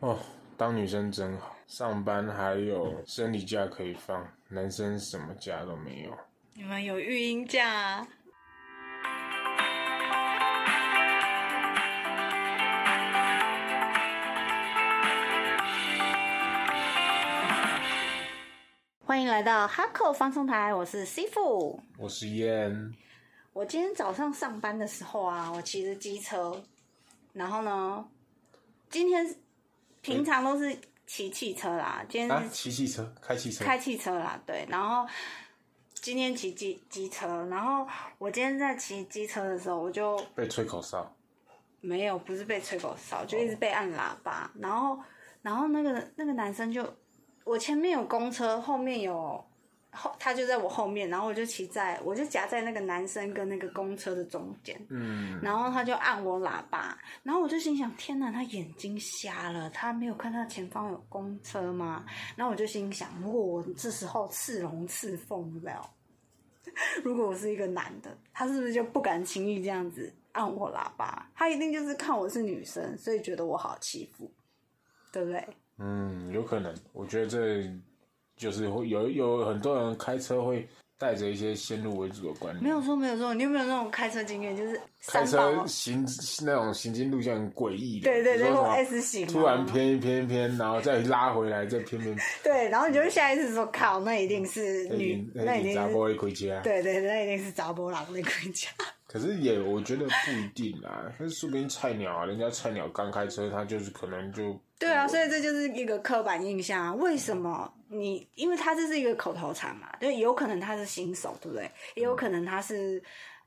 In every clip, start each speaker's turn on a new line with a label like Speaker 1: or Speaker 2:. Speaker 1: 哦，当女生真好，上班还有生理假可以放，男生什么假都没有。
Speaker 2: 你们有育婴假啊？欢迎来到哈扣放松台，我是 C 傅。
Speaker 1: 我是燕，
Speaker 2: 我今天早上上班的时候啊，我骑着机车，然后呢，今天是平常都是骑汽车啦，今天
Speaker 1: 啊，
Speaker 2: 是
Speaker 1: 骑汽车，开汽车，
Speaker 2: 开汽车啦，对，然后今天骑机机车，然后我今天在骑机车的时候，我就
Speaker 1: 被吹口哨，
Speaker 2: 没有不是被吹口哨，就一直被按喇叭，然后然后那个那个男生就我前面有公车，后面有后他就在我后面，然后我就骑在我就夹在那个男生跟那个公车的中间，
Speaker 1: 嗯，
Speaker 2: 然后他就按我喇叭，然后我就心想：天哪，他眼睛瞎了，他没有看到前方有公车吗？然后我就心想：如果我这时候刺龙刺凤，有没 有？如果我是一个男的，他是不是就不敢轻易这样子按我喇叭？他一定就是看我是女生，所以觉得我好欺负，对不对？
Speaker 1: 嗯，有可能，我觉得这就是会有有很多人开车会带着一些先入为主的观念，
Speaker 2: 没有错，没有错。你有没有那种开车经验？就是
Speaker 1: 开
Speaker 2: 三
Speaker 1: 车
Speaker 2: 宝，啊
Speaker 1: 行那种行进路线很诡异的，
Speaker 2: 对对对，
Speaker 1: 比如
Speaker 2: 或
Speaker 1: 说什么
Speaker 2: S 型啊，
Speaker 1: 突然偏一偏一偏，然后再拉回来，再偏偏
Speaker 2: 对，然后你就下意识说：靠，那一定是女，那
Speaker 1: 那
Speaker 2: 一
Speaker 1: 你
Speaker 2: 定
Speaker 1: 砸
Speaker 2: 是
Speaker 1: 玻璃回家。
Speaker 2: 对对，那一定是查波郎那个家。
Speaker 1: 可是也我觉得不一定啊，但是说不定菜鸟啊，人家菜鸟刚开车，他就是可能就
Speaker 2: 对啊，所以这就是一个刻板印象啊。为什么你？因为他这是一个口头禅嘛，对，有可能他是新手，对不对？也有可能他是，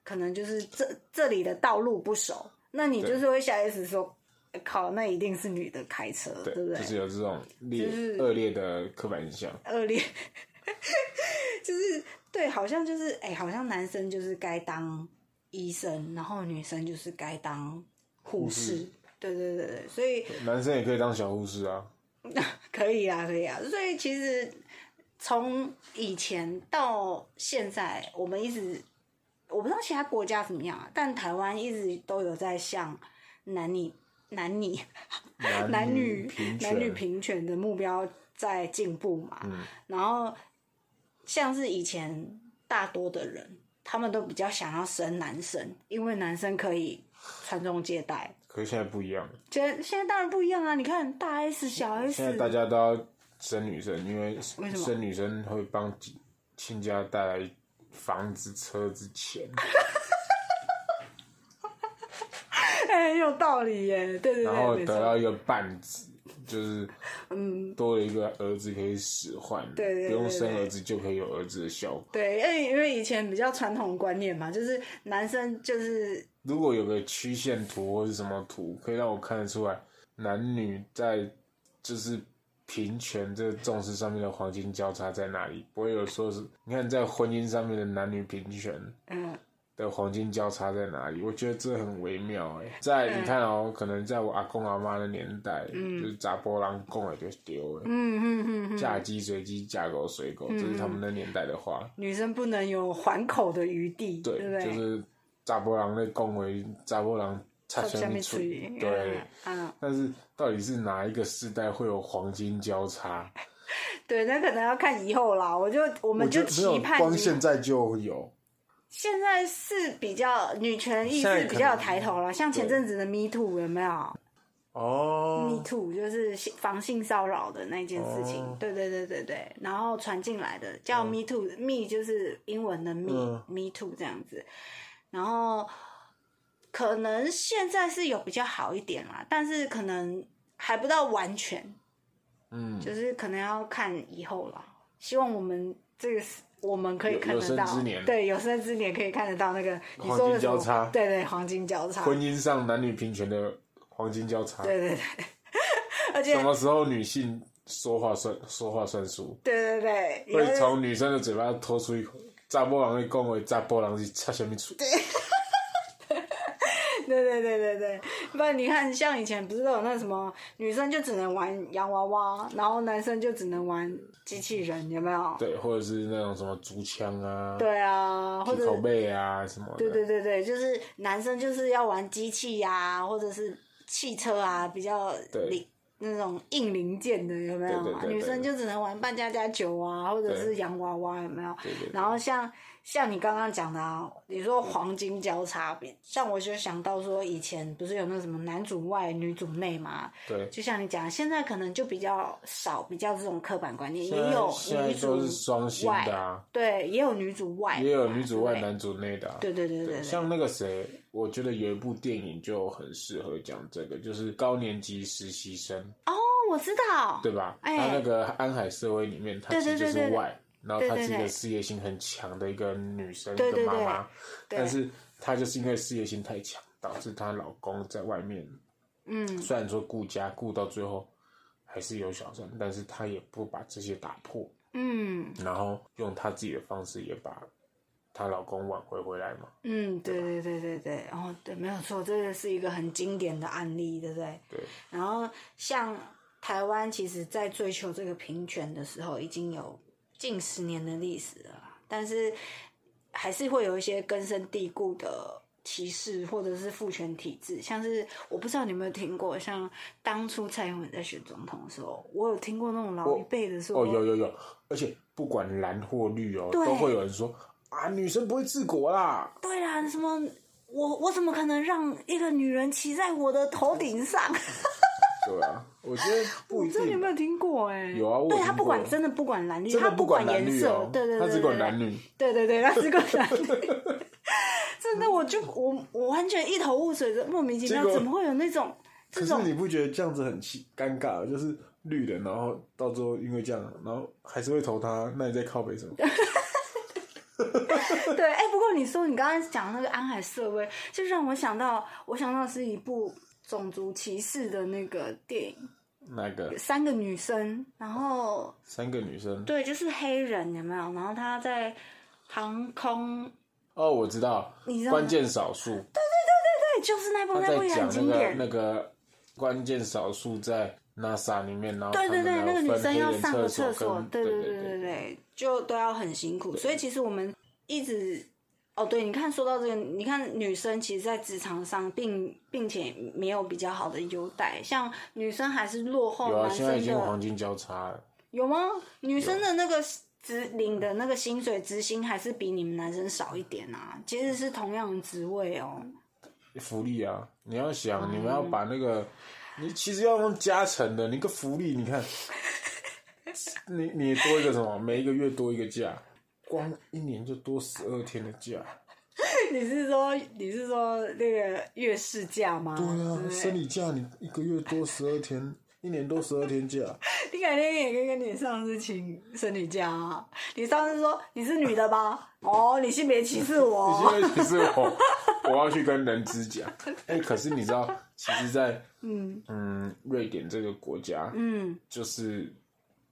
Speaker 2: 可能就是这这里的道路不熟，那你就是会下意识说，欸靠，那一定是女的开车，对不对
Speaker 1: 就？是有这种劣
Speaker 2: 就是
Speaker 1: 恶劣的刻板印象。
Speaker 2: 恶劣，就是对，好像就是哎、好像男生就是该当医生，然后女生就是该当护士。对对对对，所以
Speaker 1: 男生也可以当小护士啊，
Speaker 2: 可以啊，可以啊。所以其实从以前到现在，我们一直我不知道其他国家怎么样啊，但台湾一直都有在向男女男女 男
Speaker 1: 女
Speaker 2: 女
Speaker 1: 平
Speaker 2: 男女
Speaker 1: 权，嗯
Speaker 2: 平权的目标在进步嘛。然后像是以前大多的人，他们都比较想要生男生，因为男生可以传宗接代。
Speaker 1: 可是现在不一样，
Speaker 2: 现在现在当然不一样啊！你看大 S、小 S，
Speaker 1: 现在大家都要生女生，因为
Speaker 2: 为什么
Speaker 1: 生女生会帮亲家带来房子、车子、钱，
Speaker 2: 哎，很有道理耶， 对对
Speaker 1: 然后
Speaker 2: 对，没
Speaker 1: 得
Speaker 2: 错，
Speaker 1: 到一个伴子，就是嗯，多了一个儿子可以使唤，
Speaker 2: 对对对
Speaker 1: 不用生
Speaker 2: 对
Speaker 1: 儿子就可以有儿子的效果。
Speaker 2: 对，因为因为以前比较传统的观念嘛，就是男生就是
Speaker 1: 如果有个曲线图或是什么图，可以让我看得出来男女在就是平权这个重视上面的黄金交叉在哪里，不会有说是你看在婚姻上面的男女平权
Speaker 2: 嗯，
Speaker 1: 的黄金交叉在哪里？我觉得这很微妙哎、在你看哦、可能在我阿公阿妈的年代，就是砸波浪供也就丢哎、
Speaker 2: 嗯嗯嗯嗯，
Speaker 1: 嫁鸡随鸡，嫁狗随狗，这是他们那年代的话。
Speaker 2: 女生不能有还口的余地，
Speaker 1: 对，
Speaker 2: 嗯不对？
Speaker 1: 就是查波人咧讲话，查波人插
Speaker 2: 到下
Speaker 1: 香
Speaker 2: 面
Speaker 1: 出
Speaker 2: 去，
Speaker 1: 对。
Speaker 2: 嗯，嗯，
Speaker 1: 但是到底是哪一个世代会有黄金交叉？
Speaker 2: 对，那可能要看以后啦。我就我
Speaker 1: 我
Speaker 2: 们
Speaker 1: 觉得
Speaker 2: 就
Speaker 1: 没
Speaker 2: 期
Speaker 1: 有，
Speaker 2: 盼
Speaker 1: 光
Speaker 2: 以
Speaker 1: 现在就有。
Speaker 2: 现在是比较女权意
Speaker 1: 现在
Speaker 2: 识
Speaker 1: 可
Speaker 2: 比较有
Speaker 1: 能
Speaker 2: 抬头了，像前
Speaker 1: 对
Speaker 2: 阵子的 Me Too 有没有？Me
Speaker 1: 哦，
Speaker 2: Too 就是性防性骚扰的那件事情，
Speaker 1: 哦
Speaker 2: 对对对对对，然后传进来的叫 Me Too，Me、就是英文的 Me、
Speaker 1: 嗯
Speaker 2: Me Too 这样子，然后可能现在是有比较好一点啦，但是可能还不到完全，
Speaker 1: 嗯，
Speaker 2: 就是可能要看以后啦。希望我们这个是我们可以
Speaker 1: 有
Speaker 2: 看
Speaker 1: 有
Speaker 2: 得
Speaker 1: 生
Speaker 2: 到
Speaker 1: 之年，
Speaker 2: 对有生之年可以看得到那个你说
Speaker 1: 黄
Speaker 2: 的
Speaker 1: 金
Speaker 2: 什么
Speaker 1: 交叉
Speaker 2: 对对黄金交叉，
Speaker 1: 婚姻上男女平权的黄金交叉，
Speaker 2: 对对 对，而且
Speaker 1: 什么时候女性说话算说话算数？
Speaker 2: 对对对，以后
Speaker 1: 会从女生的嘴巴脱出一口“查波人咧讲话，查波人是插什么出？”
Speaker 2: 对对对对对，不然你看，像以前不是都有那什么，女生就只能玩洋娃娃，然后男生就只能玩机器人，有没有？
Speaker 1: 对，或者是那种什么竹枪啊、
Speaker 2: 对啊，或
Speaker 1: 劈
Speaker 2: 者
Speaker 1: 口背啊什么的。
Speaker 2: 对对对对，就是男生就是要玩机器呀、或者是汽车啊，比较
Speaker 1: 对
Speaker 2: 理那种硬零件的，有没有啊？
Speaker 1: 对对对对
Speaker 2: 女生就只能玩扮家家酒啊，或者是洋娃娃，有没有？
Speaker 1: 对对对
Speaker 2: 然后像像你刚刚讲的啊，你说黄金交叉比，像我就想到说，以前不是有那什么男主外女主内嘛？
Speaker 1: 对。
Speaker 2: 就像你讲，现在可能就比较少，比较这种刻板观念，也
Speaker 1: 现在
Speaker 2: 有
Speaker 1: 现在
Speaker 2: 女
Speaker 1: 都是
Speaker 2: 主
Speaker 1: 双薪的啊，
Speaker 2: 对，也有女主外，
Speaker 1: 也有女主外
Speaker 2: 对
Speaker 1: 男主内的、啊。
Speaker 2: 对对对对对，
Speaker 1: 像那个谁，我觉得有一部电影就很适合讲这个，就是高年级实习生，
Speaker 2: 哦，我知道，
Speaker 1: 对吧？
Speaker 2: 哎
Speaker 1: 他那个《安海社会》里面，他
Speaker 2: 对
Speaker 1: 其实
Speaker 2: 对
Speaker 1: 就是
Speaker 2: 对对对
Speaker 1: Y，然后她
Speaker 2: 对
Speaker 1: 是
Speaker 2: 对
Speaker 1: 一
Speaker 2: 对
Speaker 1: 个事业心很强的一个女生
Speaker 2: 对
Speaker 1: 的
Speaker 2: 对
Speaker 1: 妈
Speaker 2: 对
Speaker 1: 妈，
Speaker 2: 对
Speaker 1: 但是她就是因为事业心太强，导致她老公在外面，
Speaker 2: 嗯，
Speaker 1: 虽然说顾家顾到最后还是有小三，但是她也不把这些打破，
Speaker 2: 嗯
Speaker 1: 然后用她自己的方式也把她老公挽回回来嘛。
Speaker 2: 嗯，对对对对对，哦，对，没有错，这个是一个很经典的案例，对不对？
Speaker 1: 对，
Speaker 2: 然后像台湾，其实在追求这个平权的时候，已经有近十年的历史了啦，但是还是会有一些根深蒂固的歧视或者是父权体制，像是我不知道你有没有听过，像当初蔡英文在选总统的时候，我有听过那种老
Speaker 1: 我
Speaker 2: 一辈的说，
Speaker 1: 哦，有有有，而且不管蓝或绿哦，
Speaker 2: 对
Speaker 1: 都会有人说啊，女生不会治国啦。
Speaker 2: 对啦，什么我我怎么可能让一个女人骑在我的头顶上？
Speaker 1: 对啊，我觉得不
Speaker 2: 我
Speaker 1: 一
Speaker 2: 真的有
Speaker 1: 定
Speaker 2: 没。有听过哎、
Speaker 1: 有啊我有
Speaker 2: 对
Speaker 1: 听
Speaker 2: 他不
Speaker 1: 过
Speaker 2: 管真的不管蓝绿，
Speaker 1: 真的
Speaker 2: 他
Speaker 1: 不
Speaker 2: 管
Speaker 1: 管男
Speaker 2: 颜
Speaker 1: 女
Speaker 2: 色，
Speaker 1: 哦，
Speaker 2: 对对对
Speaker 1: 他只
Speaker 2: 对
Speaker 1: 管
Speaker 2: 对
Speaker 1: 男女。
Speaker 2: 对对对，他只管 男女。真的，我就我我完全一头雾水的，莫名其妙
Speaker 1: 结，果
Speaker 2: 怎么会有那种这
Speaker 1: 可是
Speaker 2: 种？
Speaker 1: 你不觉得这样子很奇尴尬？哦就是绿的，然后到最后因为这样，然后还是会投他，那你在靠北什么？
Speaker 2: 对，哎、不过你说你刚刚讲那个安海瑟薇，就让我想到，我想到是一部种族歧视的那个电影，
Speaker 1: 那个
Speaker 2: 三个女生，然后
Speaker 1: 三个女生？
Speaker 2: 对，就是黑人有没有？然后他在航空，
Speaker 1: 哦，我知道
Speaker 2: 你知，道吗
Speaker 1: 关键少数，
Speaker 2: 对，就是那部
Speaker 1: 他
Speaker 2: 那部
Speaker 1: 在
Speaker 2: 也很
Speaker 1: 讲那
Speaker 2: 经
Speaker 1: 个
Speaker 2: 典。
Speaker 1: 那个关键少数在 NASA 里面，然后
Speaker 2: 对对对，
Speaker 1: 他
Speaker 2: 那
Speaker 1: 们
Speaker 2: 个
Speaker 1: 还
Speaker 2: 女
Speaker 1: 有分黑
Speaker 2: 生要
Speaker 1: 人
Speaker 2: 上个
Speaker 1: 厕
Speaker 2: 厕所
Speaker 1: 跟，
Speaker 2: 对
Speaker 1: 对
Speaker 2: 对
Speaker 1: 对
Speaker 2: 对，对，就都要很辛苦。所以其实我们一直哦，对，你看说到这个，你看女生其实，在职场上并并且没有比较好的优待，像女生还是落后
Speaker 1: 有啊，
Speaker 2: 男
Speaker 1: 现在已
Speaker 2: 生
Speaker 1: 经黄
Speaker 2: 哦的，
Speaker 1: 金交叉了。
Speaker 2: 有吗？女生的那个职领的那个薪水职薪还是比你们男生少一点啊，其实是同样的职位哦。
Speaker 1: 福利啊！你要想，你们要把那个，你其实要用加成的，你个福利，你看，你你多一个什么？每一个月多一个假，光一年就多十二天的假。
Speaker 2: 你是说你是说那个月事假吗？
Speaker 1: 对啊
Speaker 2: 哦对，不对
Speaker 1: 生理假你一个月多十二天，一年多十二天假。
Speaker 2: 你改天也可以跟你上司请生理假啊！你上次说你是女的吧？哦，你性别歧视我
Speaker 1: 你
Speaker 2: 哦。
Speaker 1: 现在其实我我要去跟人资讲，哎、可是你知道，其实在
Speaker 2: 嗯
Speaker 1: 嗯瑞典这个国家，
Speaker 2: 嗯，
Speaker 1: 就是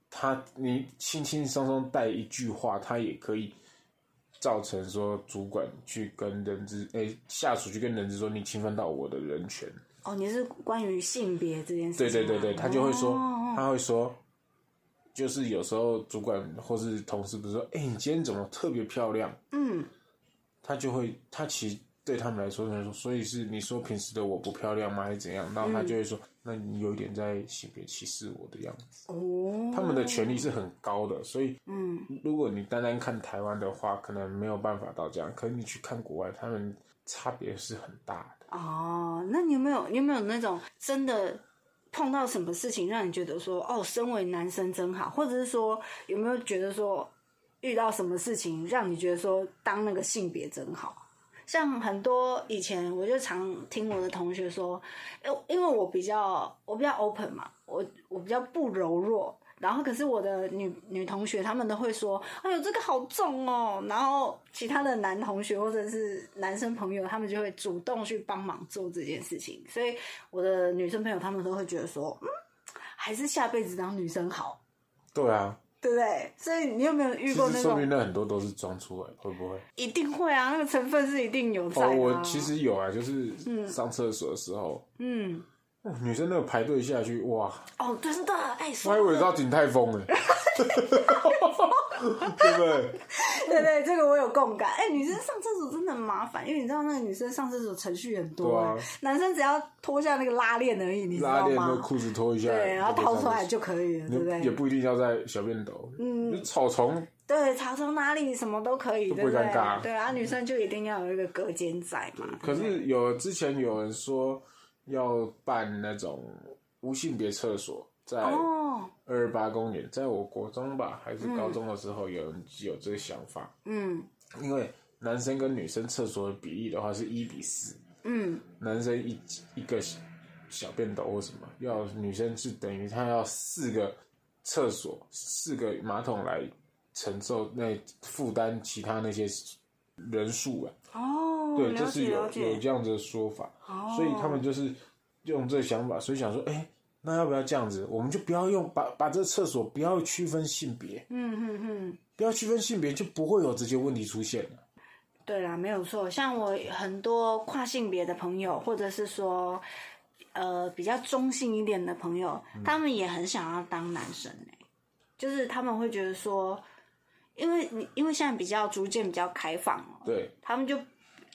Speaker 1: 他你轻轻松松带一句话，他也可以造成说主管去跟人资诶、下属去跟人资说你侵犯到我的人权。
Speaker 2: 哦，你是关于性别这件事
Speaker 1: 对
Speaker 2: 情啊
Speaker 1: 对
Speaker 2: 吗。
Speaker 1: 对对，他就会说，
Speaker 2: 哦
Speaker 1: 他会说，就是有时候主管或是同事不是说，哎、你今天怎么特别漂亮？
Speaker 2: 嗯，
Speaker 1: 他就会，他其实对他们来说，他说，所以是你说平时的我不漂亮吗，还是怎样？然后
Speaker 2: 嗯
Speaker 1: 他就会说，那你有一点在性别歧视我的样子。
Speaker 2: 哦，
Speaker 1: 他们的权利是很高的，所以
Speaker 2: 嗯
Speaker 1: 如果你单单看台湾的话，可能没有办法到这样。可是你去看国外，他们差别是很大的。
Speaker 2: 哦，那你有没有你有没有那种真的碰到什么事情让你觉得说哦，身为男生真好，或者是说有没有觉得说遇到什么事情让你觉得说当那个性别真好？像很多以前我就常听我的同学说，因因为我比较我比较 open 嘛，我我比较不柔弱。然后可是我的女女同学，她们都会说：“哎呦，这个好重哦。”然后其他的男同学或者是男生朋友，他们就会主动去帮忙做这件事情。所以我的女生朋友，他们都会觉得说：“嗯，还是下辈子当女生好，
Speaker 1: 对啊，
Speaker 2: 对不对？”所以你有没有
Speaker 1: 其
Speaker 2: 遇过
Speaker 1: 实
Speaker 2: 那
Speaker 1: 说
Speaker 2: 种
Speaker 1: 明？那很多都是装出来，会不会？
Speaker 2: 一定会啊，那个
Speaker 1: 哦
Speaker 2: 成分是一定有在、啊
Speaker 1: 哦，我其实有啊，就是上厕所的时候，
Speaker 2: 嗯
Speaker 1: 哦女生那个排队下去，哇，
Speaker 2: 哦，真的，哎、
Speaker 1: 我
Speaker 2: 说
Speaker 1: 还以为到鼎泰丰 呢，对不对？
Speaker 2: 对对，这个我有共感。哎、女生上厕所真的很麻烦，因为你知道那个女生上厕所程序很多、
Speaker 1: 对啊
Speaker 2: 男生只要脱下那个拉链而已，你知
Speaker 1: 拉
Speaker 2: 道
Speaker 1: 链和
Speaker 2: 吗？
Speaker 1: 裤子脱一下，
Speaker 2: 对，然后
Speaker 1: 就可以
Speaker 2: 掏出
Speaker 1: 上
Speaker 2: 来
Speaker 1: 去
Speaker 2: 就可以了，对不
Speaker 1: 也也
Speaker 2: 对？
Speaker 1: 不一定要在小便斗，
Speaker 2: 嗯，
Speaker 1: 就草丛
Speaker 2: 对，潮从哪里什么都可以，
Speaker 1: 都不
Speaker 2: 对
Speaker 1: 会
Speaker 2: 对
Speaker 1: 尴尬？
Speaker 2: 对啊，女生就一定要有一个隔间在嘛。
Speaker 1: 可是有之前有人说要办那种无性别厕所，在
Speaker 2: 哦，
Speaker 1: 二八公园，在我国中吧还是高中的时候，有人有这个想法，
Speaker 2: 嗯
Speaker 1: 因为男生跟女生厕所的比例的话是一比四，
Speaker 2: 嗯，
Speaker 1: 男生一一个小便斗或什么，要女生是等于她要四个厕所四个马桶来承受那负担其他那些人数啊。
Speaker 2: 哦，
Speaker 1: 对，
Speaker 2: 了
Speaker 1: 这是
Speaker 2: 解
Speaker 1: 有
Speaker 2: 了
Speaker 1: 有
Speaker 2: 解。
Speaker 1: 这样子的说法，
Speaker 2: 哦
Speaker 1: 所以他们就是用这想法，所以想说，哎、那要不要这样子？我们就不要用把把这厕所不要区分性别，
Speaker 2: 嗯嗯嗯，
Speaker 1: 不要区分性别，就不会有这些问题出现了。
Speaker 2: 对啦，没有错。像我很多跨性别的朋友，或者是说，呃，比较中性一点的朋友，
Speaker 1: 嗯
Speaker 2: 他们也很想要当男生呢、就是他们会觉得说，因为你因为现在比较逐渐比较开放哦、
Speaker 1: 对，
Speaker 2: 他们就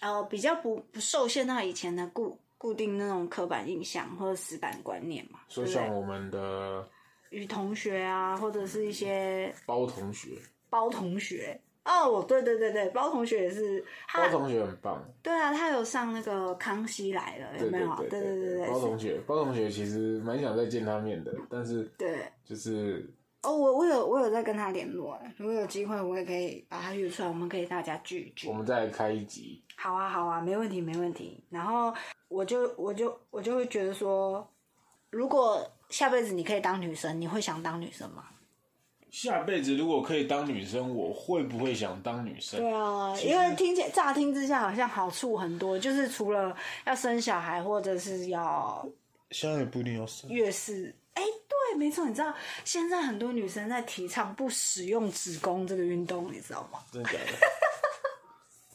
Speaker 2: 呃比较不不受限到以前的固固定那种刻板印象或者死板观念嘛，
Speaker 1: 所
Speaker 2: 对
Speaker 1: 以
Speaker 2: 不
Speaker 1: 像
Speaker 2: 对？
Speaker 1: 我们的
Speaker 2: 与同学啊，或者是一些
Speaker 1: 包同学，
Speaker 2: 包同学。哦，对对对对，包同学也是，
Speaker 1: 包
Speaker 2: 他
Speaker 1: 同学很棒，
Speaker 2: 对啊，他有上那个《康熙来了》，有
Speaker 1: 对
Speaker 2: 没有？啊
Speaker 1: 对
Speaker 2: 对
Speaker 1: 对
Speaker 2: 对
Speaker 1: 包
Speaker 2: 对
Speaker 1: 同学，包同学其实蛮想再见他面的，但是
Speaker 2: 对。
Speaker 1: 就是
Speaker 2: 哦，我我有我有在跟他联络，哎如果有机会，我也可以把他约出来，我们可以大家聚一聚
Speaker 1: 我。们再来开一集，
Speaker 2: 好啊，好啊，没问题，没问题。然后我就我就我就会觉得说，如果下辈子你可以当女生，你会想当女生吗？
Speaker 1: 下辈子如果可以当女生，我会不会想当女生？
Speaker 2: 对啊，
Speaker 1: 其实
Speaker 2: 因为听起来乍听之下好像好处很多，就是除了要生小孩或者是要
Speaker 1: 现在也不一定要生。
Speaker 2: 月事。哎，对，没错，你知道现在很多女生在提倡不使用子宫这个运动，你知道吗？
Speaker 1: 真 假的？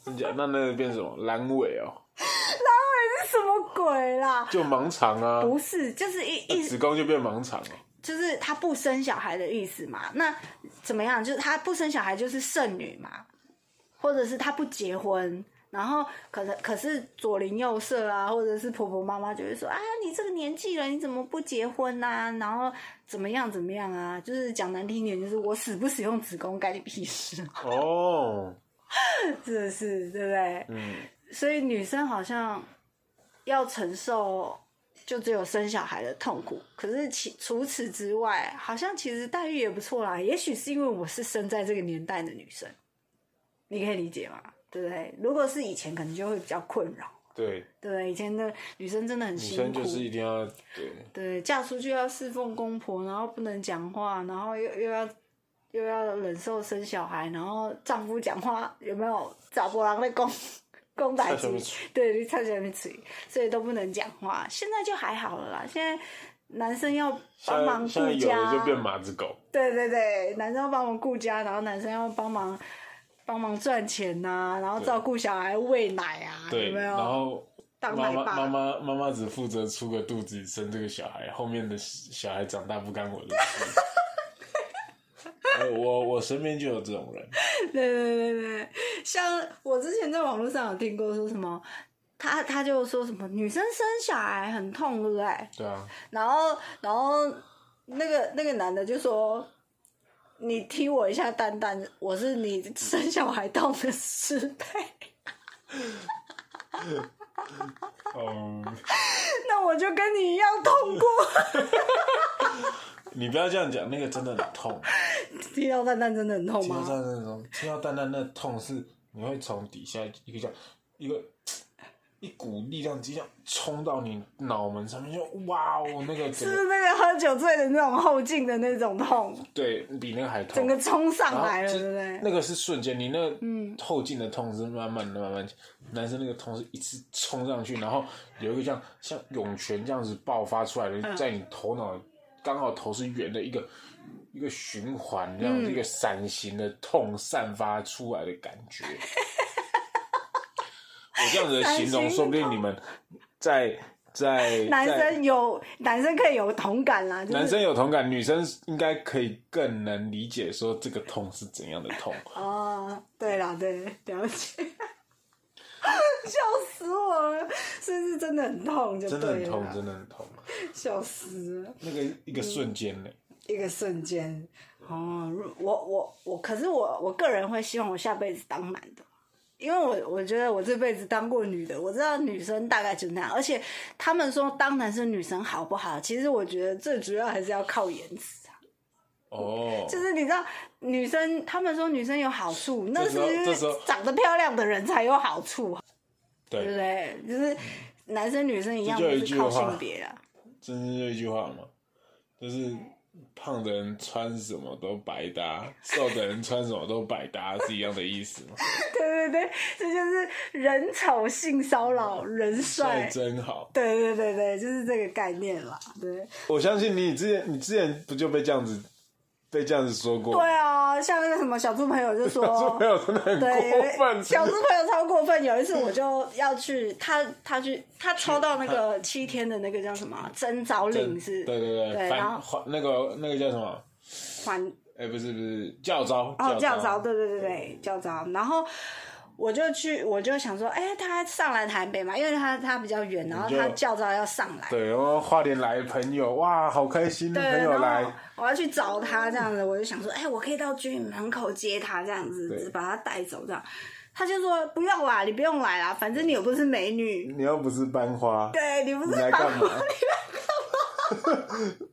Speaker 1: 真假？那那个变什么阑尾哦，
Speaker 2: 这什么鬼啦？
Speaker 1: 就盲肠啊，
Speaker 2: 不是，就是一
Speaker 1: 那
Speaker 2: 一
Speaker 1: 子宫就变盲肠了。
Speaker 2: 就是她不生小孩的意思嘛。那怎么样？就是她不生小孩就是剩女嘛，或者是她不结婚，然后可能可是左邻右舍啊，或者是婆婆妈妈就会说啊，你这个年纪了，你怎么不结婚啊？然后怎么样怎么样啊？就是讲难听一点，就是我使不使用子宫干你屁事啊，
Speaker 1: 哦，
Speaker 2: 是不是？对不对？
Speaker 1: 嗯，
Speaker 2: 所以女生好像要承受就只有生小孩的痛苦，可是其除此之外，好像其实待遇也不错啦。也许是因为我是生在这个年代的女生，你可以理解吗？对不对？如果是以前，可能就会比较困扰，
Speaker 1: 对，
Speaker 2: 对不对？以前的女生真的很
Speaker 1: 女
Speaker 2: 辛
Speaker 1: 生
Speaker 2: 苦，
Speaker 1: 就是一定要对，
Speaker 2: 对，嫁出去要侍奉公婆，然后不能讲话，然后又又要又要忍受生小孩，然后丈夫讲话有没有咋波人在公 公打
Speaker 1: 在下面
Speaker 2: 击？对，你差下面嘴，所以都不能讲话。现在就还好了啦，现在男生要帮
Speaker 1: 现在现
Speaker 2: 忙
Speaker 1: 在
Speaker 2: 顾
Speaker 1: 有
Speaker 2: 家
Speaker 1: 的，就变马子狗，
Speaker 2: 对对对，男生要帮忙顾家，然后男生要帮忙帮忙赚钱呐、然后
Speaker 1: 对
Speaker 2: 照顾小孩、喂奶啊，
Speaker 1: 对，
Speaker 2: 有没
Speaker 1: 然
Speaker 2: 有？
Speaker 1: 后。妈
Speaker 2: 当奶
Speaker 1: 妈
Speaker 2: 爸
Speaker 1: 妈妈妈妈只负责出个肚子生这个小孩，后面的小孩长大不干我的事。 哎我我身边就有这种人，
Speaker 2: 对对对对，像我之前在网络上有听过说什么，他他就说什么女生生小孩很痛，对不对？
Speaker 1: 对啊，
Speaker 2: 然后然后那个那个男的就说，你踢我一下蛋蛋，我是你生小孩痛的十倍。
Speaker 1: 哦、
Speaker 2: 那我就跟你一样痛过，
Speaker 1: 你不要这样讲，那个真的很痛。
Speaker 2: 踢到蛋蛋真的很痛
Speaker 1: 听到
Speaker 2: 吗？
Speaker 1: 蛋那种，听到蛋蛋那痛是，你会从底下一个叫一个一股力量直接这样冲到你脑门上面，就哇哦，那个整
Speaker 2: 就
Speaker 1: 个
Speaker 2: 是那个喝酒醉的那种后劲的那种痛，
Speaker 1: 对比那个还
Speaker 2: 整
Speaker 1: 痛。
Speaker 2: 个冲上
Speaker 1: 然后
Speaker 2: 来了，
Speaker 1: 这
Speaker 2: 对不对？嗯
Speaker 1: 那个是瞬间，你那个后劲的痛是慢慢的、慢慢的，男生那个痛是一次冲上去，然后有一个像像涌泉这样子爆发出来
Speaker 2: 嗯
Speaker 1: 的，在你头脑刚好头是圆的一个一个循环，这样子一个伞形的痛散发出来的感觉。 我这样子的形容，
Speaker 2: 伞形
Speaker 1: 说不定你们在在
Speaker 2: 男
Speaker 1: 在
Speaker 2: 生有男生可以有同感啦，就
Speaker 1: 男
Speaker 2: 是
Speaker 1: 生有同感，女生应该可以更能理解说这个痛是怎样的痛。
Speaker 2: 哦，对啦，对，了解。笑死我了，是不是真的很痛 就
Speaker 1: 真的很
Speaker 2: 对了，
Speaker 1: 痛，真的很痛，
Speaker 2: 笑死了。
Speaker 1: 那个一个瞬间呢、
Speaker 2: 一个瞬间。哦，如我我我，可是我我个人会希望我下辈子当男的，因为我我觉得我这辈子当过女的，我知道女生大概就那样，而且他们说当男生女生好不好，其实我觉得最主要还是要靠颜值啊。
Speaker 1: 哦，
Speaker 2: 就是你知道，女生他们说女生有好处，那
Speaker 1: 这
Speaker 2: 是
Speaker 1: 时候
Speaker 2: 因
Speaker 1: 这
Speaker 2: 为
Speaker 1: 时候
Speaker 2: 长得漂亮的人才有好处，对不
Speaker 1: 对，
Speaker 2: 对？就是男生女生一样，
Speaker 1: 这就有一
Speaker 2: 不是
Speaker 1: 句
Speaker 2: 靠
Speaker 1: 话
Speaker 2: 性别啊啦。
Speaker 1: 真是这一句话嘛，就是胖的人穿什么都百搭，瘦的人穿什么都百搭，是一样的意思 嘛。
Speaker 2: 对对对，这就是人丑性骚扰，人
Speaker 1: 哦帅
Speaker 2: 帅
Speaker 1: 真好，
Speaker 2: 对对对对，就是这个概念啦。对
Speaker 1: 我相信你之前你之前不就被这样子被这样子说过？
Speaker 2: 对啊，像那个什么小猪朋友就
Speaker 1: 小猪
Speaker 2: 说
Speaker 1: 朋，友真的很
Speaker 2: 对，
Speaker 1: 过分，
Speaker 2: 小猪朋友超过分。有一次我就要去，他他去他抽到那个七天的那个叫什么啊征召令是，
Speaker 1: 对对
Speaker 2: 对，
Speaker 1: 对，
Speaker 2: 然
Speaker 1: 反
Speaker 2: 后
Speaker 1: 还那个那个叫什么？
Speaker 2: 还
Speaker 1: 哎、不是不是，教招
Speaker 2: 哦，教招，
Speaker 1: 招，
Speaker 2: 对对对对，教招。然后我就去，我就想说，哎、他上来台北嘛，因为他他比较远，然后
Speaker 1: 就
Speaker 2: 他教招要上来，
Speaker 1: 对，然后花莲来朋友，哇，好开心，
Speaker 2: 对，
Speaker 1: 朋友
Speaker 2: 然
Speaker 1: 来
Speaker 2: 后，我要去找他这样子，我就想说，哎、我可以到军营门口接他这样子，
Speaker 1: 对
Speaker 2: 只把他带走这样。他就说不用啦，你不用来啦，反正你又不是美女，
Speaker 1: 你又不是班 花，
Speaker 2: 对你不是
Speaker 1: 嗯你来
Speaker 2: 把
Speaker 1: 干嘛？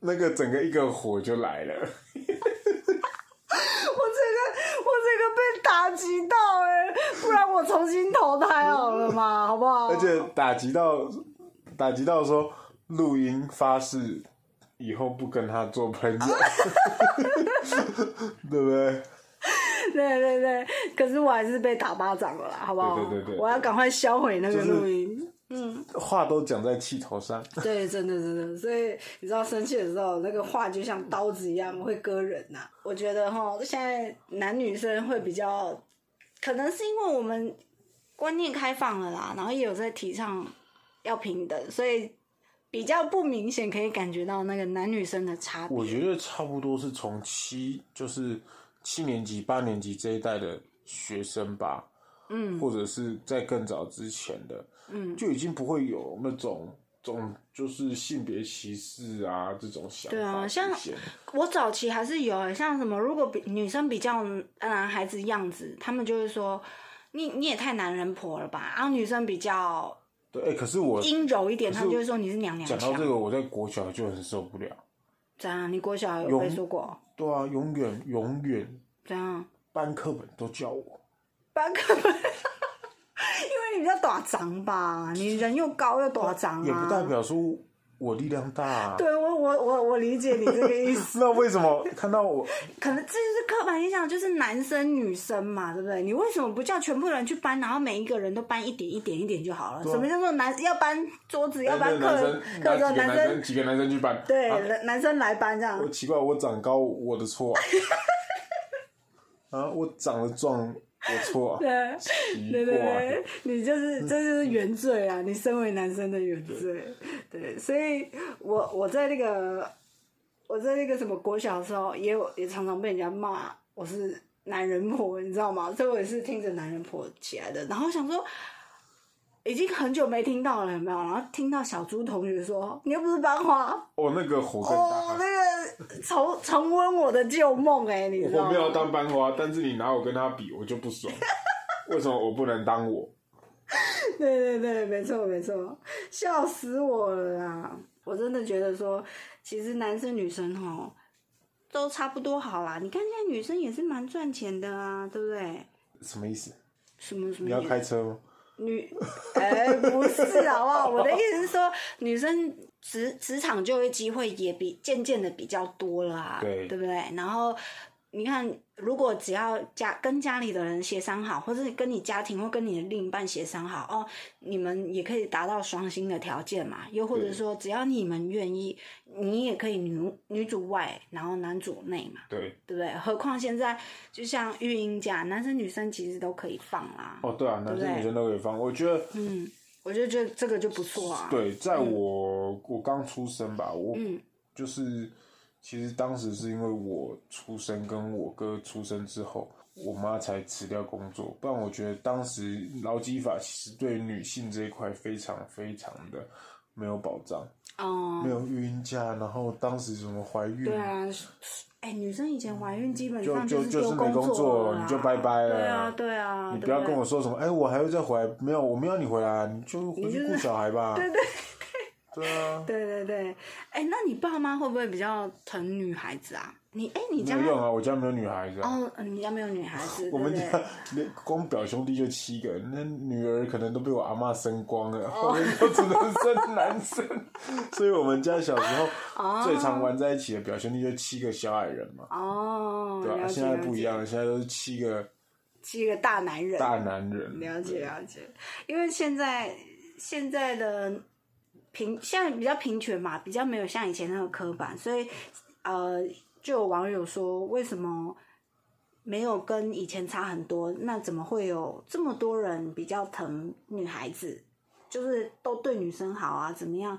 Speaker 1: 那个整个一个火就来了，
Speaker 2: 我这个我这个被打击到哎、不然我重新投胎好了嘛，好不好？
Speaker 1: 而且打击到打击到说录音发誓以后不跟他做 朋友，对不对？
Speaker 2: 对对对，可是我还是被打巴掌了啦，好不好？
Speaker 1: 对对对对
Speaker 2: 我要赶快销毁那个
Speaker 1: 就是
Speaker 2: 录音。
Speaker 1: 话都讲在气头上，
Speaker 2: 对，真的真的，所以你知道生气的时候，那个话就像刀子一样会割人呐、我觉得哈，现在男女生会比较，可能是因为我们观念开放了啦，然后也有在提倡要平等，所以比较不明显可以感觉到那个男女生的差别。
Speaker 1: 我觉得差不多是从七，就是七年级、八年级这一代的学生吧，
Speaker 2: 嗯
Speaker 1: 或者是在更早之前的，
Speaker 2: 嗯，
Speaker 1: 就已经不会有那种种就是性别歧视啊这种想法
Speaker 2: 对啊
Speaker 1: 出
Speaker 2: 像
Speaker 1: 现
Speaker 2: 我早期还是有、欸，像什么，如果比女生比较男孩子样子，他们就会说你你也太男人婆了吧，然、后女生比较。
Speaker 1: 对，哎、可是我
Speaker 2: 阴柔一点，
Speaker 1: 可
Speaker 2: 他
Speaker 1: 是
Speaker 2: 们就会说你是娘娘
Speaker 1: 讲
Speaker 2: 腔。
Speaker 1: 到这个，我在国小就很受不了。
Speaker 2: 怎样？你国小有
Speaker 1: 有
Speaker 2: 被说过？
Speaker 1: 对啊，永远永远
Speaker 2: 怎样？
Speaker 1: 班课本都叫我，
Speaker 2: 班课 本，因为你比较短长吧，你人又高又短长啊。
Speaker 1: 也不代表说我力量大、啊。
Speaker 2: 对我我我我理解你这个意思，
Speaker 1: 那为什么看到 我
Speaker 2: 可能这就是刻板印象，就是男生女生嘛，对不对？你为什么不叫全部人去搬，然后每一个人都搬一点一点一点就好了？
Speaker 1: 对啊
Speaker 2: 什么叫做男要搬桌子，要
Speaker 1: 哎
Speaker 2: 搬
Speaker 1: 那男
Speaker 2: 课
Speaker 1: 生
Speaker 2: 课
Speaker 1: 那
Speaker 2: 桌，
Speaker 1: 几个
Speaker 2: 男
Speaker 1: 男
Speaker 2: 生
Speaker 1: 生几个男生去搬？
Speaker 2: 对、
Speaker 1: 啊
Speaker 2: 男男生来搬这样
Speaker 1: 我。奇怪，我长高我的 错啊，啊我长得壮我错啊，
Speaker 2: 对，
Speaker 1: 奇
Speaker 2: 对对
Speaker 1: 怪
Speaker 2: 对，，你就是
Speaker 1: 嗯
Speaker 2: 这就是原罪啊！你身为男生的原罪，对，所以我我在那个我在那个什么国小的时候，也有也常常被人家骂我是男人婆，你知道吗？所以我也是听着男人婆起来的，然后想说。已经很久没听到了，有没有？然后听到小猪同学说：“你又不是班花
Speaker 1: 我那个火更
Speaker 2: 哦，
Speaker 1: 大。
Speaker 2: 那个重重温我的旧梦哎、你知
Speaker 1: 我
Speaker 2: 道吗？”
Speaker 1: 没有当班花，但是你拿我跟他比，我就不爽。为什么我不能当我？
Speaker 2: 对 对对，没错没错，笑死我了啦！我真的觉得说，其实男生女生吼都差不多好啦。你看现在女生也是蛮赚钱的啊，对不对？
Speaker 1: 什么意思？
Speaker 2: 什么什么
Speaker 1: 你要
Speaker 2: 女
Speaker 1: 开车吗？
Speaker 2: 女，哎、不是好不好？我的意思是说，女生职职场就业机会也比渐渐的比较多了啊，
Speaker 1: 对
Speaker 2: 不对？然后你看，如果只要家跟家里的人协商好，或是跟你家庭或跟你的另一半协商好，哦，你们也可以达到双薪的条件嘛。又或者
Speaker 1: 对
Speaker 2: 说，只要你们愿意，你也可以女女主外，然后男主内嘛，
Speaker 1: 对，
Speaker 2: 对不对？何况现在就像育婴假，男生女生其实都可以放啦。
Speaker 1: 哦对啊，
Speaker 2: 对
Speaker 1: 男
Speaker 2: 不对
Speaker 1: 生女生都可以放。我觉得
Speaker 2: 嗯，我就觉得这个就不错啊。
Speaker 1: 对，在我、我刚出生吧，我
Speaker 2: 嗯
Speaker 1: 就是其实当时是因为我出生跟我哥出生之后，我妈才辞掉工作，不然我觉得当时劳基法其实对女性这一块非常非常的没有保障，
Speaker 2: 哦、
Speaker 1: 没有育婴假，然后当时什么怀孕。
Speaker 2: 对啊，哎、女生以前怀孕基本
Speaker 1: 就
Speaker 2: 上
Speaker 1: 就是就
Speaker 2: 丢
Speaker 1: 是没工
Speaker 2: 作
Speaker 1: 作，
Speaker 2: 了啦啊
Speaker 1: 你就拜拜了。
Speaker 2: 对啊，对啊，
Speaker 1: 你不要
Speaker 2: 对
Speaker 1: 跟我说什么，哎、我还会再回来，没有，我没要你回来啊，你就回去顾小孩吧。对对对。啊，
Speaker 2: 对对对，哎、那你爸妈会不会比较疼女孩子啊？你哎、你
Speaker 1: 没
Speaker 2: 家
Speaker 1: 有用啊，我家没有女孩子、啊。
Speaker 2: 哦，呃你家没有女孩子，
Speaker 1: 我们
Speaker 2: 对
Speaker 1: 家
Speaker 2: 不对？
Speaker 1: 连光表兄弟就七个，那女儿可能都被我阿妈生光了， 我们就只能生男生。所以我们家小时候最常玩在一起的表兄弟就七个小矮人嘛，
Speaker 2: 哦，
Speaker 1: 对吧、啊
Speaker 2: 了解
Speaker 1: 现在不一，样
Speaker 2: 了
Speaker 1: 了，现在都是七个
Speaker 2: 解是一个大男人，
Speaker 1: 大男人。
Speaker 2: 了
Speaker 1: 嗯对
Speaker 2: 解了解，因为现在现在的平现在比较平权嘛，比较没有像以前那个刻板，所以呃，就有网友说为什么没有跟以前差很多？那怎么会有这么多人比较疼女孩子？就是都对女生好啊，怎么样？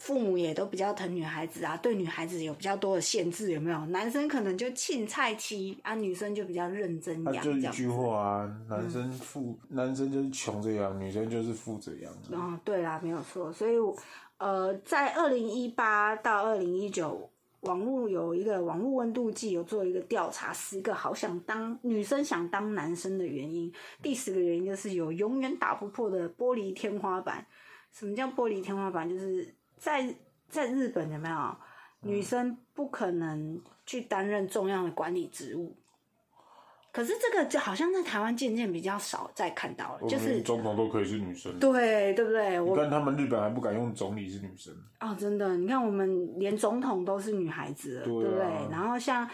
Speaker 2: 父母也都比较疼女孩子啊，对女孩子有比较多的限制，有没有？男生可能就青菜期啊，女生就比较认真
Speaker 1: 他
Speaker 2: 养，嗯
Speaker 1: 就
Speaker 2: 这
Speaker 1: 一
Speaker 2: 样。
Speaker 1: 句话啊，男生富，男生就是穷着养，女生就是富着养啊。
Speaker 2: 嗯，对啦，没有错。所以我，呃，在二零一八到二零一九，网络有一个网络温度计有做一个调查，十个好想当女生想当男生的原因。第十个原因就是有永远打不破的玻璃天花板。什么叫玻璃天花板？就是在在日本有没有
Speaker 1: 嗯
Speaker 2: 女生不可能去担任重要的管理职务？可是这个就好像在台湾渐渐比较少再看到了，就
Speaker 1: 我们嗯
Speaker 2: 是
Speaker 1: 连总统都可以是女生，
Speaker 2: 对对不对？我
Speaker 1: 你看他们日本还不敢用总理是女生，
Speaker 2: 哦，真的，你看我们连总统都是女孩子了，
Speaker 1: 对啊
Speaker 2: 对不对？然后像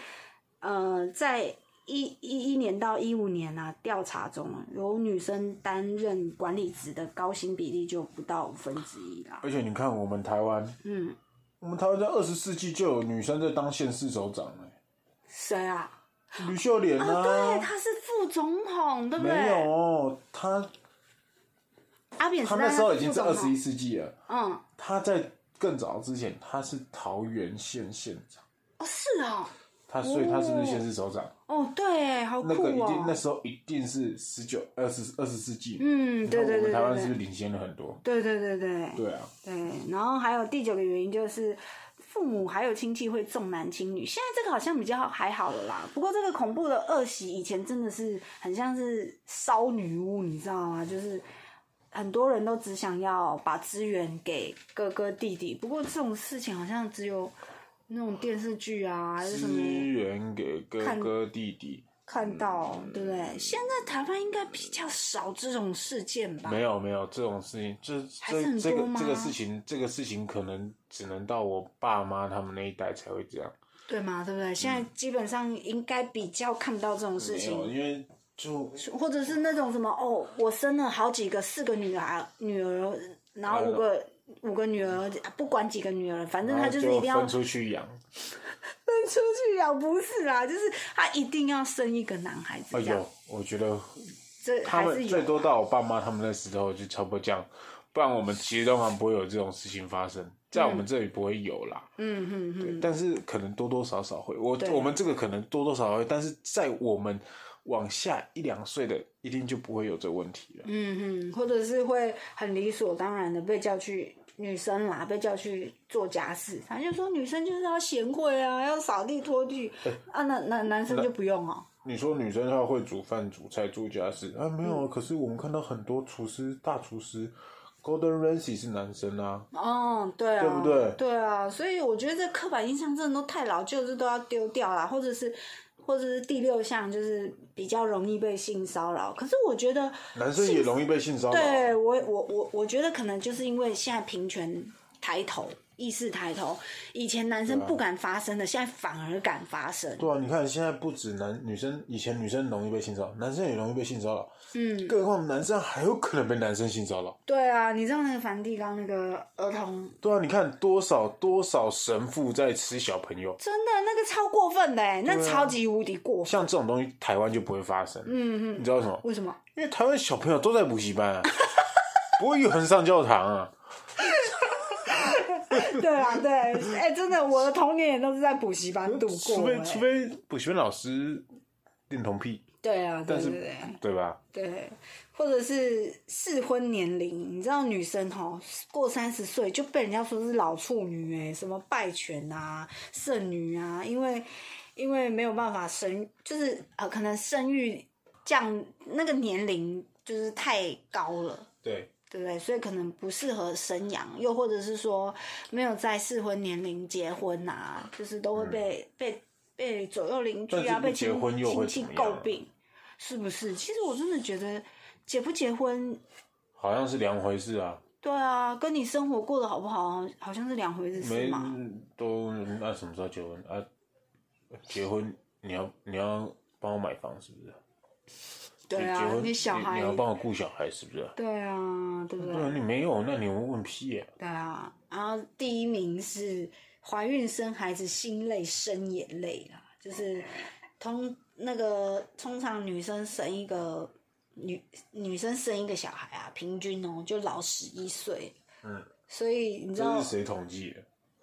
Speaker 2: 呃，在一一一年到一五年啊，调查中啊有女生担任管理职的高薪比例就不到五分之一啦。
Speaker 1: 而且你看我们台湾，
Speaker 2: 嗯，
Speaker 1: 我们台湾在二十世纪就有女生在当县市首长了、
Speaker 2: 谁啊？
Speaker 1: 吕秀莲
Speaker 2: 啊，对，
Speaker 1: 啊，
Speaker 2: 欸她是副总统，对不对？
Speaker 1: 没有，她
Speaker 2: 阿扁
Speaker 1: 她
Speaker 2: 时代
Speaker 1: 那时候已经是
Speaker 2: 她
Speaker 1: 二十
Speaker 2: 副总统
Speaker 1: 一世纪了，
Speaker 2: 嗯，
Speaker 1: 她在更早之前她是桃园县县长，
Speaker 2: 哦，是哦，
Speaker 1: 她所以她是不是县市首长？
Speaker 2: 哦，对，哎好酷
Speaker 1: 那个一定那
Speaker 2: 哦。
Speaker 1: 时候一定是十九二十二十世纪，
Speaker 2: 嗯，对对
Speaker 1: 我
Speaker 2: 对
Speaker 1: 们台湾
Speaker 2: 对
Speaker 1: 是不
Speaker 2: 对，
Speaker 1: 是领先了很多？
Speaker 2: 对对对对。
Speaker 1: 对啊，
Speaker 2: 对，然后还有第九个原因就是父母还有亲戚会重男轻女，现在这个好像比较还好了啦。不过这个恐怖的恶习以前真的是很像是烧女巫，你知道吗？就是很多人都只想要把资源给哥哥弟弟，不过这种事情好像只有那种电视剧啊还是什
Speaker 1: 资
Speaker 2: 么
Speaker 1: 源给哥
Speaker 2: 看
Speaker 1: 哥弟弟，
Speaker 2: 看到，对不对？现在台湾应该比较少这种事件吧？
Speaker 1: 没有没有这种事情，这
Speaker 2: 还
Speaker 1: 这
Speaker 2: 是很
Speaker 1: 这
Speaker 2: 多
Speaker 1: 个
Speaker 2: 吗
Speaker 1: 这个事情，这个事情可能只能到我爸妈他们那一代才会这样。
Speaker 2: 对吗？对不对？现在基本上应该比较看不到这种事
Speaker 1: 没
Speaker 2: 情。
Speaker 1: 有，因为就
Speaker 2: 或者是那种什么哦，我生了好几个，四个女孩女儿，然后五个五个女儿，不管几个女儿，反正
Speaker 1: 然
Speaker 2: 他
Speaker 1: 后
Speaker 2: 就是一定要
Speaker 1: 分出去养。
Speaker 2: 分出去啊，不是啦，就是他一定要生一个男孩子
Speaker 1: 哎
Speaker 2: 这样，
Speaker 1: 呦，我觉得
Speaker 2: 这
Speaker 1: 他
Speaker 2: 还是
Speaker 1: 们最
Speaker 2: 有。
Speaker 1: 多到我爸妈他们那时候就差不多这样，不然我们其实通常不会有这种事情发生，在我们这里不会有啦。
Speaker 2: 嗯嗯嗯，
Speaker 1: 对，但是可能多多少少会，我
Speaker 2: 对
Speaker 1: 我们这个可能多多少少会，但是在我们往下一两岁的，一定就不会有这问题了。
Speaker 2: 嗯嗯，或者是会很理所当然的被叫去女生啦，被叫去做家事，反正就说女生就是要贤惠啊，要扫地 拖地啊，那男男生就不用哦、
Speaker 1: 你说女生她会煮饭、煮菜、做家事啊？没有啊，可是我们看到很多厨师、大厨师，Golden Ramsy 是男生啊，
Speaker 2: 哦，对啊，
Speaker 1: 对不对
Speaker 2: 啊，所以我觉得这刻板印象真的都太老旧，这都要丢掉啦，或者是，或者是第六项就是比较容易被性骚扰。可是我觉得，
Speaker 1: 男生也容易被性骚扰。
Speaker 2: 对我我我我觉得可能就是因为现在平权抬头，意识抬头，以前男
Speaker 1: 啊
Speaker 2: 生不敢发声的，现在反而敢发声。
Speaker 1: 对啊，你看现在不止男女生，以前女生容易被性骚扰，男生也容易被性骚扰。嗯，更何况男生还有可能被男生性骚扰。
Speaker 2: 对啊，你知道那个梵蒂冈那个儿童，
Speaker 1: 对啊，你看多少多少神父在吃小朋友，
Speaker 2: 真的那个超过分的欸，那
Speaker 1: 啊
Speaker 2: 超级无敌过分。
Speaker 1: 像这种东西台湾就不会发生。嗯嗯，你知道为什么？
Speaker 2: 为什么？
Speaker 1: 因为台湾小朋友都在补习班啊，不会有人上教堂啊。
Speaker 2: 对啊，对，哎、真的，我的童年也都是在补习班度
Speaker 1: 除
Speaker 2: 过、
Speaker 1: 非
Speaker 2: 哎
Speaker 1: 除非补习班老师恋童癖，
Speaker 2: 对啊，对
Speaker 1: 但是
Speaker 2: 对对
Speaker 1: 对吧？
Speaker 2: 对，或者是适婚年龄，你知道女生哦，过三十岁就被人家说是老处女哎、什么败犬啊、剩女啊，因为因为没有办法生，就是呃，可能生育降那个年龄就是太高了。
Speaker 1: 对，
Speaker 2: 对不对？所以可能不适合生养，又或者是说没有在适婚年龄结婚啊，就是都会被、被被左右邻居
Speaker 1: 嗯但
Speaker 2: 啊，
Speaker 1: 是不
Speaker 2: 被
Speaker 1: 结
Speaker 2: 亲
Speaker 1: 婚又会
Speaker 2: 亲
Speaker 1: 怎
Speaker 2: 戚
Speaker 1: 么样
Speaker 2: 诟病，是不是？其实我真的觉得结不结婚，
Speaker 1: 好像是两回事啊，
Speaker 2: 对啊，跟你生活过得好不好，好像是两回事，是
Speaker 1: 没
Speaker 2: 吗？
Speaker 1: 都那什么时候结婚啊？结婚你要你要帮我买房是不是？
Speaker 2: 对
Speaker 1: 结
Speaker 2: 啊，
Speaker 1: 婚
Speaker 2: 你小
Speaker 1: 你
Speaker 2: 孩
Speaker 1: 要，帮我顾小孩是不是？
Speaker 2: 对啊，对不对？
Speaker 1: 那你没有，那你问屁耶、
Speaker 2: 对啊，然后第一名是怀孕生孩子心累生眼泪啦，就是通那个通常女生生一个女女生生一个小孩啊，平均哦就老十一岁，
Speaker 1: 嗯，
Speaker 2: 所以你知
Speaker 1: 这
Speaker 2: 道
Speaker 1: 是谁统计的？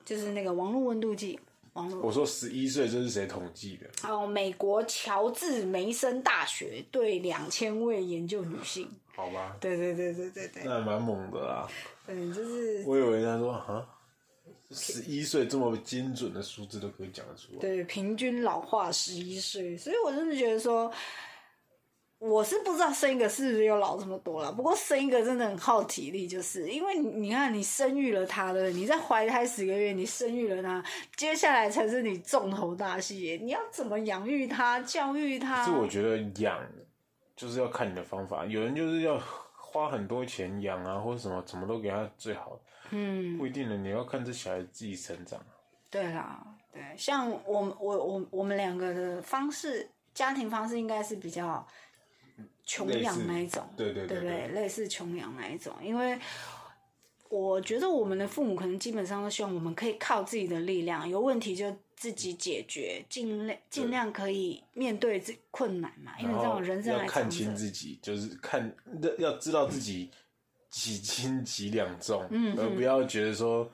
Speaker 2: 就是那个网络温度计，网络
Speaker 1: 我说十一岁，这是谁统计的？
Speaker 2: 哦，美国乔治梅森大学对两千位研究女性，
Speaker 1: 好吧，
Speaker 2: 对对对对对对，
Speaker 1: 那还蛮猛的啦。
Speaker 2: 嗯，就是
Speaker 1: 我以为他说啊，十一岁这么精准的数字都可以讲得出来。
Speaker 2: 对，平均老化十一岁，所以我真的觉得说，我是不知道生一个是不是又老这么多了。不过生一个真的很耗体力，就是因为你你看你生育了他的，你在怀胎十个月，你生育了他，接下来才是你重头大戏耶，你要怎么养育他、教育他
Speaker 1: 这？我觉得养就是要看你的方法，有人就是要花很多钱养啊，或者什么什么都给他最好，
Speaker 2: 嗯，
Speaker 1: 不一定的，你要看这小孩自己成长。啊
Speaker 2: 对啦，对，像我们我我我们两个的方式，家庭方式应该是比较穷
Speaker 1: 类
Speaker 2: 养
Speaker 1: 似
Speaker 2: 那一种，
Speaker 1: 对对
Speaker 2: 对
Speaker 1: 对
Speaker 2: 不对？类似穷养那一种，因为我觉得我们的父母可能基本上都希望我们可以靠自己的力量，有问题就自己解决，尽量尽量可以面对这困难嘛。因为
Speaker 1: 然
Speaker 2: 你知道
Speaker 1: 后
Speaker 2: 人生
Speaker 1: 要
Speaker 2: 来
Speaker 1: 看
Speaker 2: 长
Speaker 1: 清
Speaker 2: 者，
Speaker 1: 自己，就是看要知道自己几斤几两重，
Speaker 2: 嗯
Speaker 1: 而
Speaker 2: 嗯
Speaker 1: 不要觉得说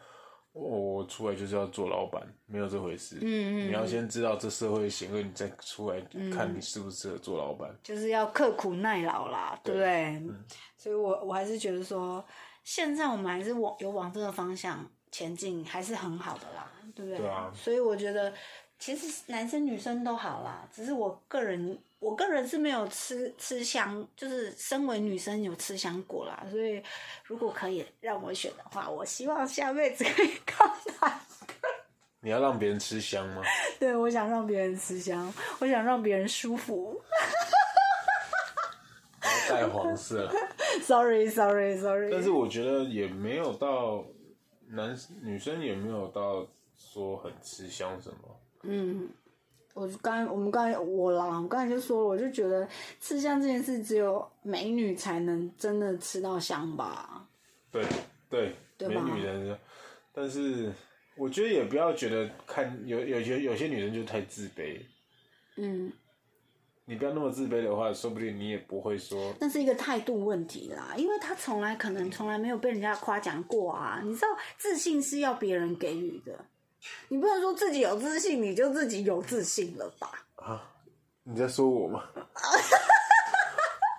Speaker 1: 我我出来就是要做老板，没有这回事。
Speaker 2: 嗯
Speaker 1: 你
Speaker 2: 嗯，
Speaker 1: 要先知道这社会的险恶，你再出来看你适不适合做老板。
Speaker 2: 就是要刻苦耐劳啦，对不对？
Speaker 1: 嗯
Speaker 2: 所以我我还是觉得说，现在我们还是往有往这个方向前进，还是很好的啦，对不对？
Speaker 1: 对啊
Speaker 2: 所以我觉得，其实男生女生都好啦，只是我个人，我个人是没有吃吃香，就是身为女生有吃香果啦，所以如果可以让我选的话，我希望下辈子可以靠他。
Speaker 1: 你要让别人吃香吗？
Speaker 2: 对，我想让别人吃香，我想让别人舒服。
Speaker 1: 然后带黄色啦。
Speaker 2: Sorry，Sorry，Sorry sorry,
Speaker 1: 但是我觉得也没有到男女生也没有到说很吃香什么。
Speaker 2: 嗯，我刚我们刚才我啦，我刚才就说了，我就觉得吃香这件事，只有美女才能真的吃到香吧？
Speaker 1: 对对，
Speaker 2: 对
Speaker 1: 美
Speaker 2: 吧
Speaker 1: 女人生，但是我觉得也不要觉得看有有些有些女人就太自卑，
Speaker 2: 嗯，
Speaker 1: 你不要那么自卑的话，说不定你也不会说
Speaker 2: 那是一个态度问题啦，因为她从来可能从来没有被人家夸奖过啊。你知道，自信是要别人给予的，你不能说自己有自信，你就自己有自信了吧？
Speaker 1: 啊，你在说我 吗？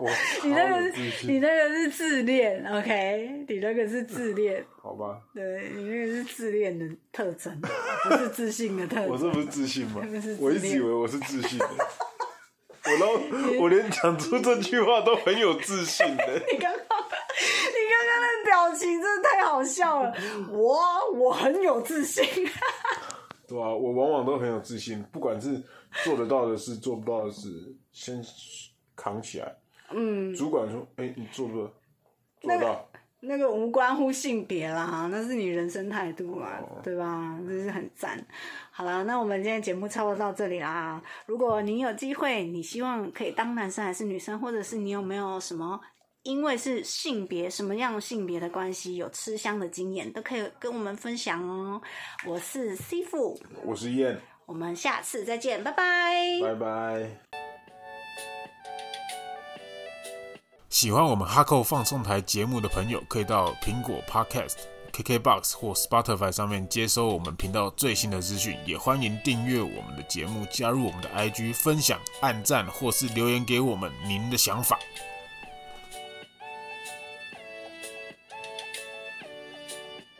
Speaker 1: 我
Speaker 2: 你那
Speaker 1: 超有
Speaker 2: 个
Speaker 1: 自
Speaker 2: 是
Speaker 1: 信
Speaker 2: 你那个是自恋，OK？你那个是自恋，
Speaker 1: 好吧，
Speaker 2: 对你那个是自恋的特征，不是自信的特
Speaker 1: 我
Speaker 2: 征。
Speaker 1: 这不是自信 吗
Speaker 2: 不是？
Speaker 1: 我一
Speaker 2: 自
Speaker 1: 直
Speaker 2: 恋
Speaker 1: 以为我是自 信的，我都我连讲出这句话都很有自信 的。
Speaker 2: 你刚刚，你刚刚的表情真的太好笑了。我我很有自信，
Speaker 1: 对啊，我往往都很有自信，不管是做得到的事，做不到的事，先扛起来。嗯，主管说：“哎、你做不到，做得到，
Speaker 2: 那个无关乎性别啦，那是你人生态度啊，对吧？真是很赞。好了，那我们今天节目差不多到这里啦。如果你有机会，你希望可以当男生还是女生，或者是你有没有什么？因为是性别，什么样性别的关系，有吃香的经验，都可以跟我们分享哦。我是 C 父，
Speaker 1: 我是燕，
Speaker 2: 我们下次再见，拜拜
Speaker 1: 拜拜。喜欢我们哈扣放送台节目的朋友，可以到苹果 Podcast、KKBox 或 Spotify 上面接收我们频道最新的资讯。也欢迎订阅我们的节目，加入我们的 IG，分享、按赞或是留言给我们您的想法。